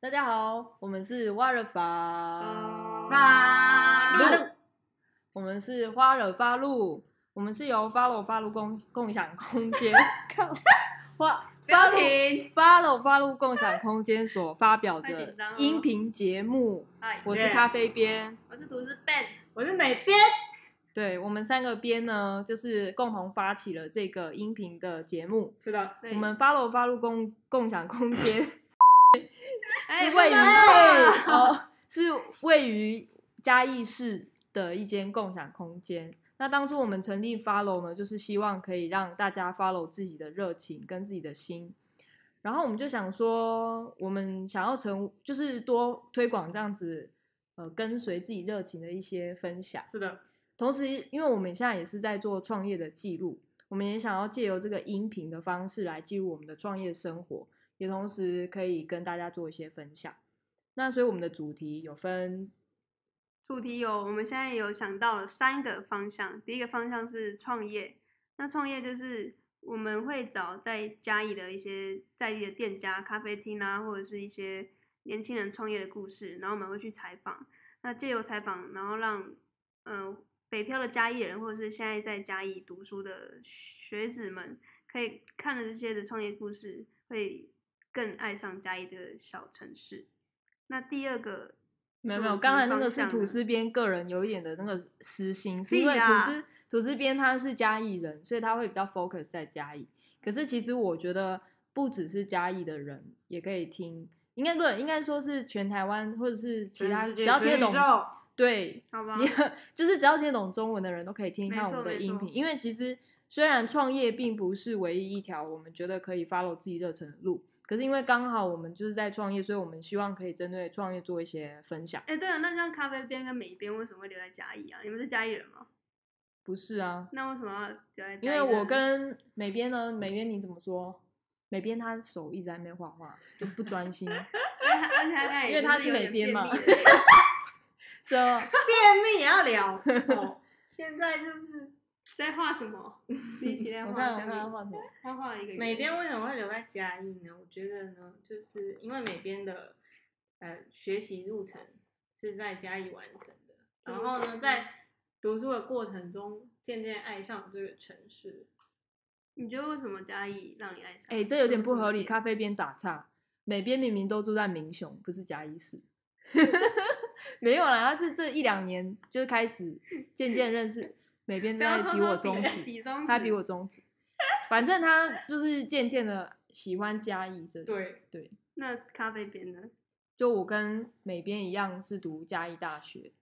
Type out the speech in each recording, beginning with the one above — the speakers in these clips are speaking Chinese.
大家好，我们是花惹呃哦发发露，我们是花惹发露，我们是由 follow 发露共共享空 间花发露停， follow 发露共享空间所发表太紧的张了音频节目。嗨，我是咖啡边，我是厨师 Ben，我是美编，对我们三个边呢，就是共同发起了这个音频的节目。是的，对我们 follow 发露共共享空间。哎是位于慢慢哦，是位于嘉义市的一间共享空间。那当初我们成立 Follow 呢，就是希望可以让大家 follow 自己的热情跟自己的心。然后我们就想说，我们想要成，就是多推广这样子，呃，跟随自己热情的一些分享。是的，同时，因为我们现在也是在做创业的记录，我们也想要借由这个音频的方式来记录我们的创业生活，也同时可以跟大家做一些分享。那所以我们的主题有分，主题有，我们现在有想到了三个方向。第一个方向是创业，那创业就是我们会找在嘉义的一些在地的店家、咖啡厅啊，或者是一些年轻人创业的故事，然后我们会去采访。那借由采访，然后让嗯、呃北漂的嘉义人，或者是现在在嘉义读书的学子们，可以看了这些的创业故事，会更爱上嘉义这个小城市。那第二个没有没有，主题刚才那个方是向吐呢司边个人有一点的那个私心，是屁因为吐啦司吐司边他是嘉义人，所以他会比较 focus 在嘉义。可是其实我觉得不只是嘉义的人也可以听，应该不能应该说是全台湾或者是其他全世只界要听得全懂宇宙对，好吧你就是只要听得懂中文的人都可以听一没看我错们的没音错频，因为其实虽然创业并不是唯一一条我们觉得可以 follow 自己热忱的路，可是因为刚好我们就是在创业，所以我们希望可以针对创业做一些分享。哎、对了，那像咖啡边跟美边为什么会留在嘉义啊？你们是嘉义人吗？不是啊，那为什么要留在嘉义呢？因为我跟美编呢，美编你怎么说？美编他手一直在那边画画，就不专 心， 而且他而且他刚才因也为就他是是有美点编便嘛 秘了这便秘也要 聊。哦现在就是在画什么？ 你起在我画看我下看他面，画什么？他画了一个美圆编为什么会留在嘉义呢？我觉得呢，就是因为美编的呃学习路程是在嘉义完成的，然后呢，在读书的过程中渐渐爱上这个城市。你觉得为什么嘉义让你爱上？哎、这有点不合理。看咖啡边打岔，美边明明都住在民雄，不是嘉义市。 没有啦，他是这一两年就是开始渐渐认识美边，不真要的偷比偷我比 中指，啊比中他指比我中指。反正他就是渐渐的喜欢嘉义这里。对，对，那咖啡边呢？就我跟美边一样是读嘉义大学。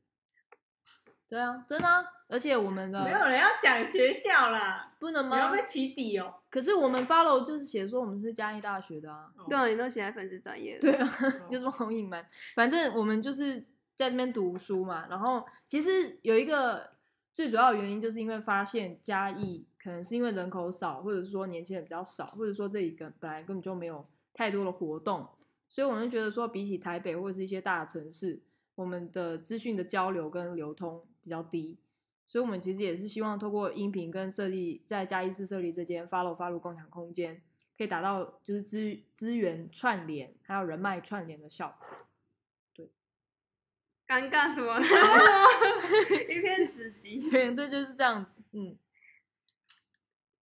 对啊，真的、啊，而且我们没有的人要讲学校啦，不能你要吗被？起底哦。可是我们 follow 就是写说我们是嘉义大学的啊。对啊，你都写在粉丝专业了。对，啊，就哦是网瘾嘛。反正我们就是在这边读书嘛，然后其实有一个最主要的原因，就是因为发现嘉义可能是因为人口少，或者说年轻人比较少，或者说这里根本来根本就没有太多的活动，所以我们就觉得说，比起台北或者是一些大城市，我们的资讯的交流跟流通比较低。所以，我们其实也是希望透过音频跟设立在嘉义市设立这间 “follow follow” 共享空间，可以达到就是资资源串联还有人脉串联的效果。 尴尬什么？ 一片死寂。对，对，就是这样子。嗯，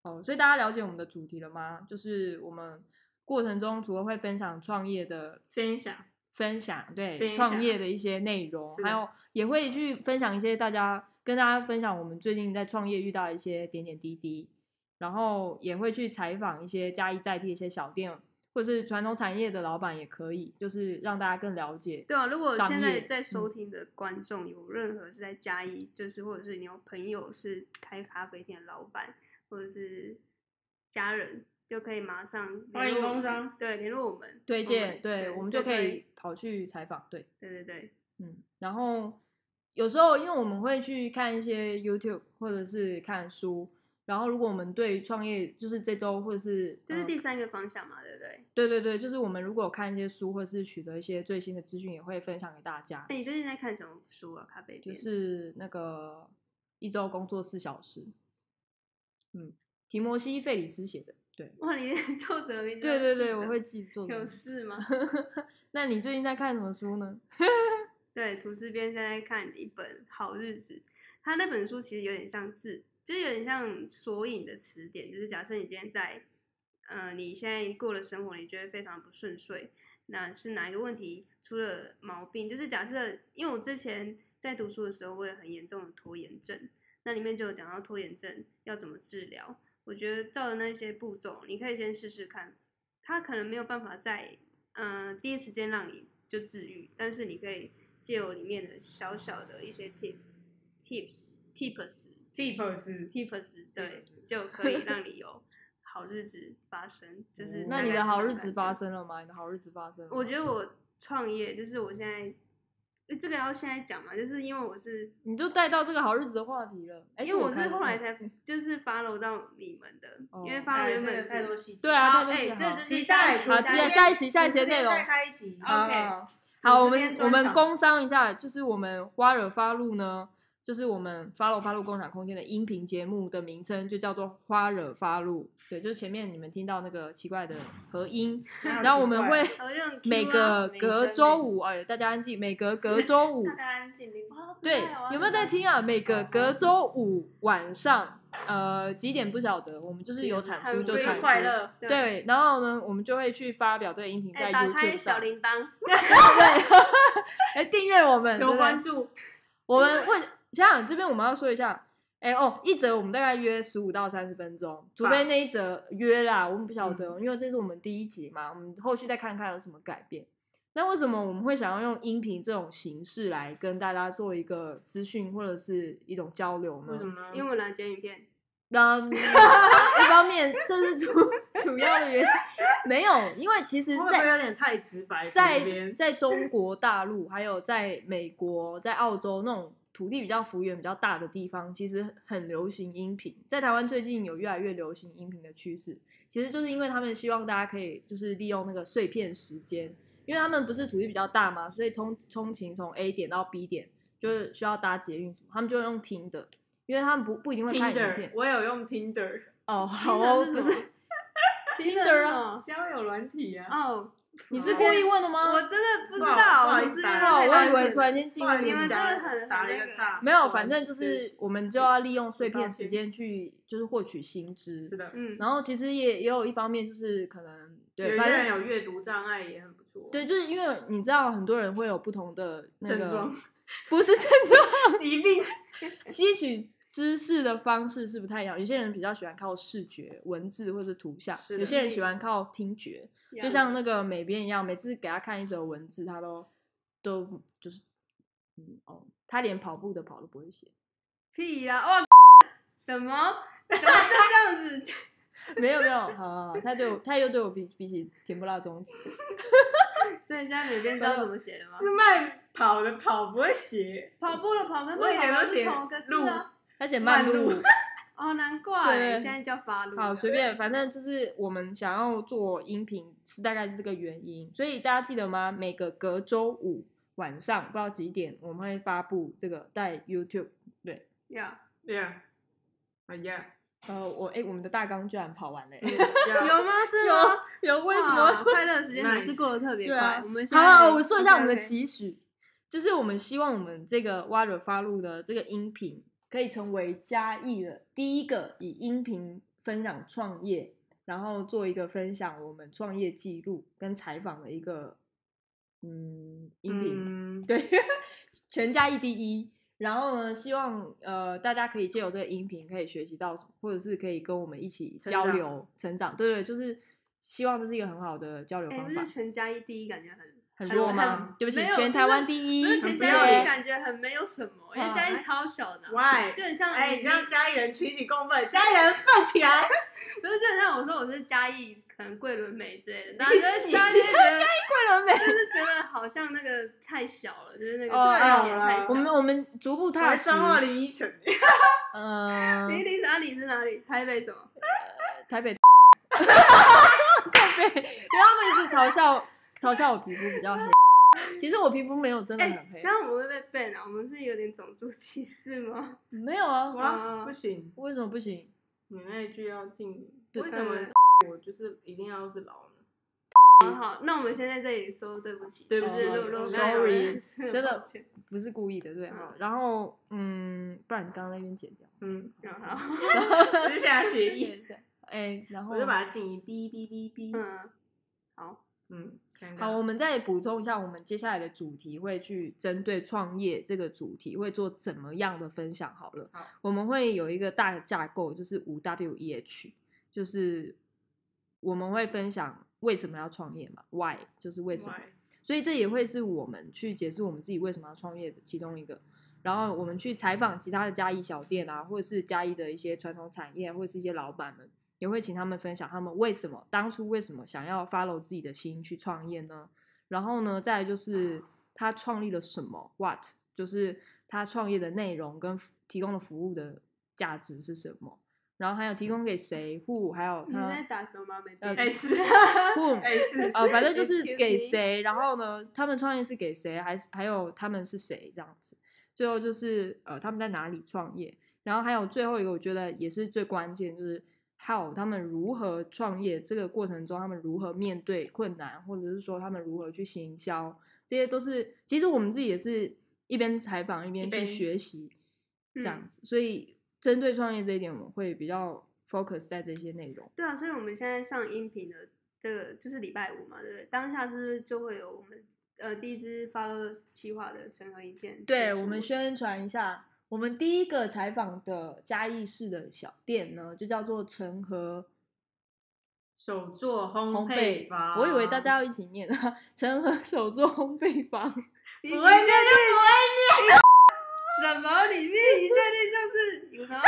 哦，所以大家了解我们的主题了吗？就是我们过程中除了会分享创业的分享分享，对分创享业的一些内容，是还的有也会去分享一些大家跟大家分享我们最近在创业遇到的一些点点滴滴，然后也会去采访一些嘉义在地的一些小店。或是传统产业的老板也可以，就是让大家更了解对啊，如果商现在业在收嗯听的观众有任何是在嘉义，就是或者是你有朋友是开咖啡店的老板，或者是家人，就可以马上联欢迎络我工们商对联络我们推我荐，们对对我们就可以跑去采访，对，对对对，嗯，然后有时候因为我们会去看一些 YouTube 或者是看书，然后如果我们对于创业就是这周或者是这是呃第三个方向嘛，对不对？对对对，就是我们如果有看一些书或是取得一些最新的资讯，也会分享给大家那，你最近在看什么书啊？咖啡就店是那个一周工作四小时，嗯，提摩西·费里斯写的，对 哇，你作者名字对都对记对，我得会记住的。有事吗？那你最近在看什么书呢？对，吐司边现在看一本《好日子》，它那本书其实有点像字，就是有点像索引的词典。就是假设你今天在，呃，你现在过的生活，你觉得非常不顺遂，那是哪一个问题出了毛病？就是假设，因为我之前在读书的时候，我有很严重的拖延症，那里面就有讲到拖延症要怎么治疗。我觉得照着那些步骤，你可以先试试看，它可能没有办法在嗯、呃第一时间让你就治愈，但是你可以借由里面的小小的一些 tip tips tips tips tips，对 Tips，就可以让你有好日子发生。就是哦那大你概的是好这种日子感发觉生了吗？你的好日子发生了吗？我觉得我创业就是我现在，诶这个要现在讲嘛，就是因为我是，你就带到这个好日子的话题了。哎，因为是我开是的后来嗯才就是发 o 到你们的，因为哦发 o 原哎这本个是太多细节对啊太好多哎细节这好就是期下一待集吐好下司期待下一一集期下一期的吐司边内容再开一集。好啊 OK 好好啊好，我我是们边我们专场工商一下，就是我们挖耳发露呢，就是我们发露发露工厂空间的音频节目的名称就叫做花惹发露，对，就是前面你们听到那个奇怪的合音，哪有然后我奇们怪会 好像 Q 啊每个名隔称周名五，哎，大家安静，每隔隔周五大家安静聆听。哦对对，我，有要没有在听听啊？每个哦隔周五晚上，呃，几点不晓得，我们就是有产出很就非产最出。快乐，对，然后呢，我们就会去发表这个音频哎在打开 YouTube 小上。铃铛，对， 哎，订阅我们，对求不对关？注。我们问，想想这边我们要说一下，哎哦，一则我们大概约十五到三十分钟，除非那一则约啦，我们不晓得，因为这是我们第一集嘛，我们后续再看看有什么改变。那为什么我们会想要用音频这种形式来跟大家做一个资讯或者是一种交流呢？么呢因为我来剪影片，那嗯 一方面这是主主要的原因，没有，因为其实会不在会有点太直白？这在边在中国大陆，还有在美国、在澳洲那种土地比较幅员比较大的地方，其实很流行音频。在台湾最近有越来越流行音频的趋势，其实就是因为他们希望大家可以就是利用那个碎片时间，因为他们不是土地比较大嘛，所以通通勤从 A 点到 B 点就是需要搭捷运什么，他们就用听的，因为他们不不一定会看影 Tinder，片。我有用 Tinder 哦，好 Tinder 哦，是不什 么是，Tinder 啊，交友软体啊。哦，你是故意问的吗？我真的不知好不道，好我意是思真打的哦，太扰你我单以为纯突然间进不好入意思你们主真题的讲很打很了一那个个岔，没有，不好反意正思就对是我们就要利用碎片时间去，就是获取新不起是知。的，嗯，然后其实也也有一方面就是可能有对，些反人正有阅读障碍也很不错。对，就是因为你知道很多人会有不同的那症个状，不是症状， 疾病吸取知识的方式是不太一样。有些人比较喜欢靠视觉、文字或者图像，是的有些人喜欢靠听觉，就像那个美编一样，每次给他看一则文字，他都都就是嗯哦，他连跑步的跑都不会写。 屁呀，哇，什么？怎么就这样子？ 没有没有，好好好，他对我，他又对我比比起甜不辣中指，所以现在每边知道怎么写了吗？是慢跑的跑不会写，跑步的跑跟我以前慢跑都是写同一个字啊。他写慢慢路路，哦，难怪对现在叫法鲁。好随便，反正就是我们想要做音频是大概是这个原因，所以大家记得吗？每个隔周五晚上不知道几点，我们会发布这个在 YouTube。对，呀，呀，哎 呀，呃，我哎、我们的大纲居然跑完了、哎欸有吗？是吗？有为什哇么？快乐的时间总是 Nice 过得特别对啊快？我们现好在好，我说一下我们的 OK，OK 嗯期许就是我们希望我们这个挖惹发露的这个音频可以成为嘉义的第一个以音频分享创业，然后做一个分享我们创业记录跟采访的一个嗯音频。嗯，对，全家一第一。然后呢，希望呃大家可以借由这个音频可以学习到什么，或者是可以跟我们一起成交长流成长。对对，就是希望这是一个很好的交流哎，方不法是。全家一第一，感觉很很很弱很吗？对不起没，有全台湾第一，不是很全不家一对第一，感觉很没有什么，因为嘉哎义超小的啊，喂，就很像哎，你你让家里人群起共愤，家里人奋起来，不是就很像我说我是嘉义，可能桂纶镁之类的，大家你就是会大家就会觉得贵了没？就是觉得好像那个太小了，就是那个哦有点哦太小。我们我们逐步 我踏还实。彰化林依晨，嗯，你你哪里是哪里？台北什么？台北，靠北，因为他们一直嘲笑嘲笑我皮肤比较黑，其实我皮肤没有真的很黑哎这，样我们会被 ban 啊？我们是有点种族歧视 吗？没有啊，哇，嗯不行，为什么不行？你那一句要进，对为什么 嗯我就是一定要是老呢？好好，那我们先在这里说对不起，对就不哦起是对露不露起刚才有人 sorry，真的嗯抱歉不是故意的，对哈。然后嗯，不然你刚刚那边剪掉。嗯，然 后私下协议，哎，然后我就把它静音，哔哔哔哔，嗯，好，嗯，看看好，我们再补充一下，我们接下来的主题会去针对创业这个主题会做怎么样的分享？好了，好我们会有一个大的架构，就是五 W E H，就是我们会分享为什么要创业嘛，Why 就是为什么 Why？所以这也会是我们去解释我们自己为什么要创业的其中一个。然后我们去采访其他的嘉义小店啊，或者是嘉义的一些传统产业，或者是一些老板们，也会请他们分享他们为什么当初为什么想要 follow 自己的心去创业呢？然后呢，再来就是他创立了什么，what，就是他创业的内容跟服提供的服务的价值是什么，然后还有提供给谁，who，还有你他在打球吗？没呃 电。哎是 whom，哎是呃，反正就是 Excuse 给 me 谁，然后呢，他们创业是给谁，还是还有他们是谁这样子。最后就是呃，他们在哪里创业，然后还有最后一个，我觉得也是最关键，就是 how 他们如何创业这个过程中，他们如何面对困难，或者是说他们如何去行销，这些都是其实我们自己也是一边采访一边一去边学习这样嗯子。所以针对创业这一点，我们会比较 focus 在这些内容。对啊，所以我们现在上音频的这个就是礼拜五嘛，对不对？当下是不是就会有我们呃第一支 follow 企划的成合一件？对，我们宣传一下，我们第一个采访的嘉义市的小店呢，就叫做成和手作烘烘焙坊，我以为大家要一起念，啊成和手作烘焙坊。不不会会念就什么里面一确定就是 you know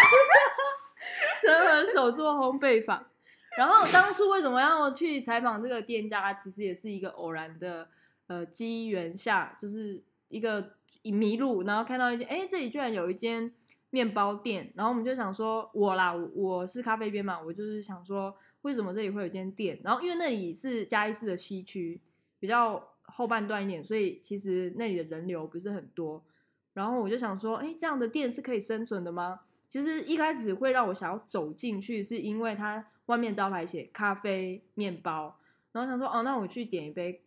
成人手做烘焙坊。然后当初为什么要去采访这个店家，其实也是一个偶然的呃机缘下，就是一个一迷路，然后看到一间，哎，这里居然有一间面包店，然后我们就想说，我啦，我我是咖啡边嘛，我就是想说，为什么这里会有一间店？然后因为那里是嘉义市的西区，比较后半段一点，所以其实那里的人流不是很多。然后我就想说，哎，这样的店是可以生存的吗？其实一开始会让我想要走进去，是因为它外面招牌写咖啡面包，然后想说哦，那我去点一杯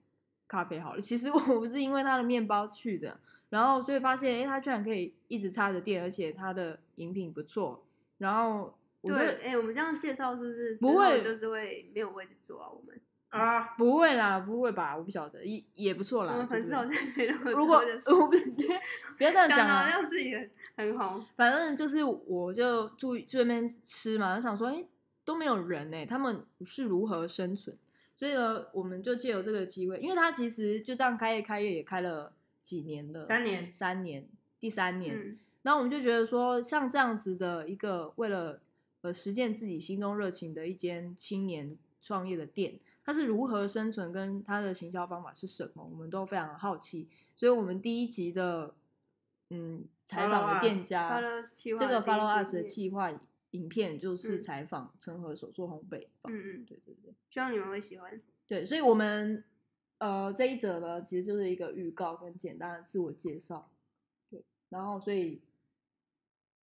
咖啡好了。其实 我不是因为它的面包去的，然后所以发现哎，诶它居然可以一直插着电，而且它的饮品不错。然后我觉对，得哎、我们这样介绍是不是不之后会就是会没有位置坐啊？我们啊，不会啦，不会吧？我不晓得，也也不错我啦。们对粉不丝对好像没 那么如果多 的我不不要这样讲讲的啊好像自己很很红，反正就是我就住去那边吃嘛，想说哎、诶都没有人哎、他们是如何生存？所以呢，我们就借由这个机会，因为他其实就这样开业开业也开了几年了，三年三年，第三年，嗯，然后我们就觉得说，像这样子的一个为了呃实践自己心中热情的一间青年创业的店，它是如何生存，跟它的行销方法是什么，我们都非常的好奇。所以，我们第一集的嗯采 Follow 访的 us 店家 Follow 企划啊这的个第一 Follow 集 Us 的企划影片，就是嗯采访成和手作烘焙坊。嗯嗯，对对对希望你们会喜欢。对，所以我们呃这一则呢，其实就是一个预告跟简单的自我介绍。对，然后所以，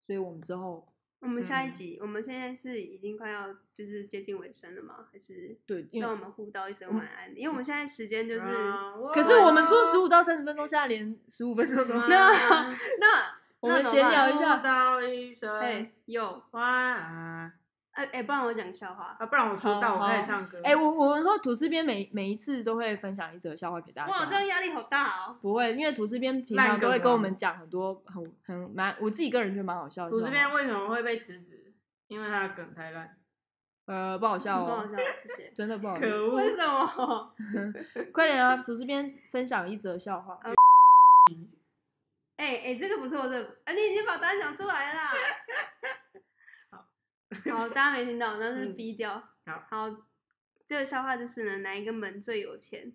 所以我们之后。我们下一嗯集，我们现在是已经快要就是接近尾声了吗？还是对因为让我们互道一声嗯晚安？因为我们现在时间就是，啊可是我们说说十五到三十分钟，现在连十五分钟都没有。 那那我们那闲老爸聊一不下，到一嗯声哎有晚安哎哎，不然我讲笑话。啊，不然我说到好我开好始唱歌，哎、我我们说吐司边每每一次都会分享一则笑话给大家。哇，这样压力好大哦。不会，因为吐司边平烂常都梗会跟我吗们讲很多很很蛮，我自己个人觉得蛮好笑的笑我话。这边为什么会被辞职？因为他的梗太烂，呃不好笑不好哦笑，，谢谢。 真的不好笑。可恶为！什么？快点啊，吐司边分享一则笑话。哎哎，这个不错，这个哎你已经把答案讲出来啦。好，大家没听到，但是嗯逼掉。好，好，这个笑话就是呢，哪一个门最有钱？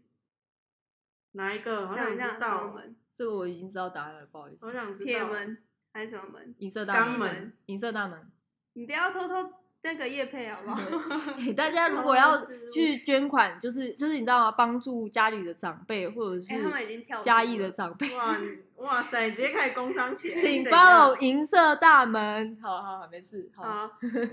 哪一个？好想一想下知什么道，啊门？这个我已经知道答案了，不好意好思。想知道。铁门还是什么门？银色大肛门，门，银色大 门。你不要偷偷那个叶配好 不好？欸大家如哦果要去捐款，就是就是你知道吗？帮助家里的长辈或者是欸他们已经跳出家义了的长辈，哇你哇塞，直接开始工商起 来。请谁啊 follow 银色大门。好好好，没事。好，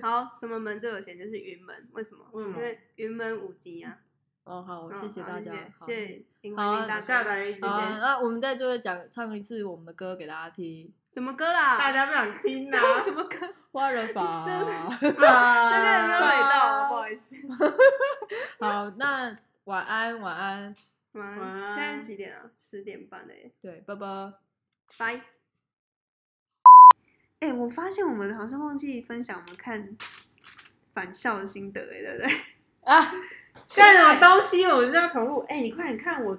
好好，什么门最有钱？就是云门，为什么？为什么因为云门五级啊，哦，好，谢谢好大家，好谢谢林好慧啊玲大哥，下载一好啊，些那我们再最后讲唱一次我们的歌给大家听，什么歌啦？大家不想听 呐、这什么歌？花 惹法。真的 啊，大家有没有 累啊到？不好意思。好，那晚安，晚安，晚晚安安。现在几点啊？十点半了耶。对，拜拜。拜。哎、我发现我们好像忘记分享我们看返校的心得、哎，对不对？啊，干什么东西？我是要重录。哎、你快点看我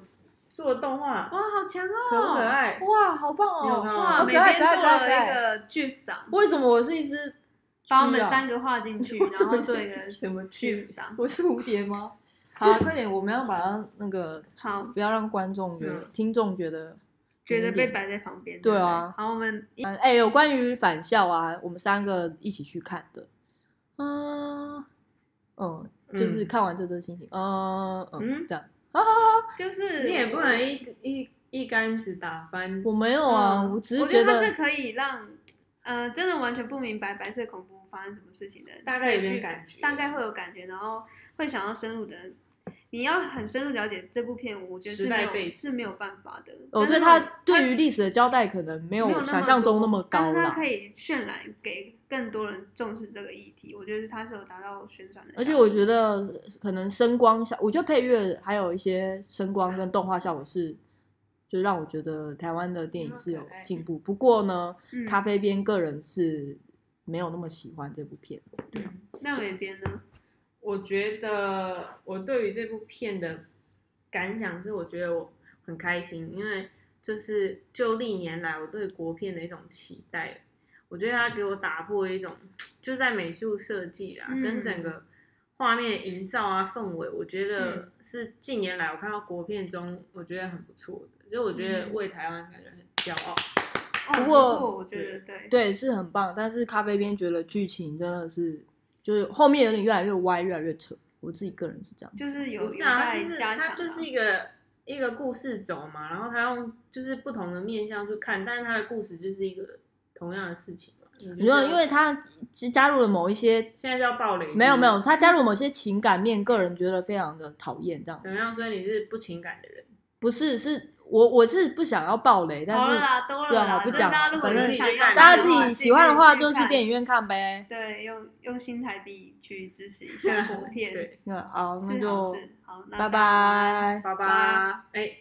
做的动画， 哇，好强哦、可不可？爱？哇，好棒你有看哦！吗哇，好每可爱天可爱做可爱了可爱一个 GIF 档，为什么我是一啊只？把我们三，个画进去，然后做一个什么剧？ GIF 档。我是蝴蝶 吗？好啊，快点，我们要把它那个，好，不要让观众嗯觉得、听众觉得觉得有被一点摆在旁边。对不啊好，我们一嗯，哎、有关于返校啊，我们三个一起去看的。嗯，嗯，就是看完这这心情，嗯嗯，嗯这样。哈哈哈，就是你也不能一一一竿子打翻。我没有啊，嗯我只是我觉得它是可以让，呃，真的完全不明白白色恐怖发生什么事情的人，大概有可以点去感觉大概会有感觉，然后会想要深入的。你要很深入了解这部片，我觉得时是代没背有景是没有办法的。我但哦对是他我对于历史的交代可能没没有有那想么象中那多么但高是它啦可。以渲染给更多人重视这个议题，我觉得它是有达到宣传的效果。而且我觉得可能声光效，我觉得配乐还有一些声光跟动画效果是，就让我觉得台湾的电影是有嗯可爱进步。不过呢，嗯咖啡边个人是没有那么喜欢这部片。对啊那美边呢？我觉得我对于这部片的感想是，我觉得我很开心，因为就是就历年来我对国片的一种期待，我觉得它给我打破一种就在美术设计啦，嗯跟整个画面营造啊氛围，我觉得嗯是近年来我看到国片中我觉得很不错的，所以我觉得嗯为台湾感觉很骄傲。哦不不过错我觉得对，对，是很棒，但是咖啡边觉得剧情真的是就是后面有点越来越歪，越来越扯。我自己个人是这样。就是有不有是啊，在就是加强它啊，就是一个一个故事走嘛，然后他用就是不同的面向去看，但是他的故事就是一个同样的事情嘛。你你说，因为他其实加入了某一些现在是要暴雷，没有没有，是他加入某些情感面，个人觉得非常的讨厌这样不是怎子么。样？所以你是不情感的人，不是，是我我是不想要暴雷，但好了是啦，多对了啊啦，我不就是讲大了家如果反有正想要大看家的自话己喜欢的话可以就去看电影院看呗。对，用用新台币去支持一下国片，对，那好，那是好就事。好，那拜大家晚安拜。爸拜爸，哎、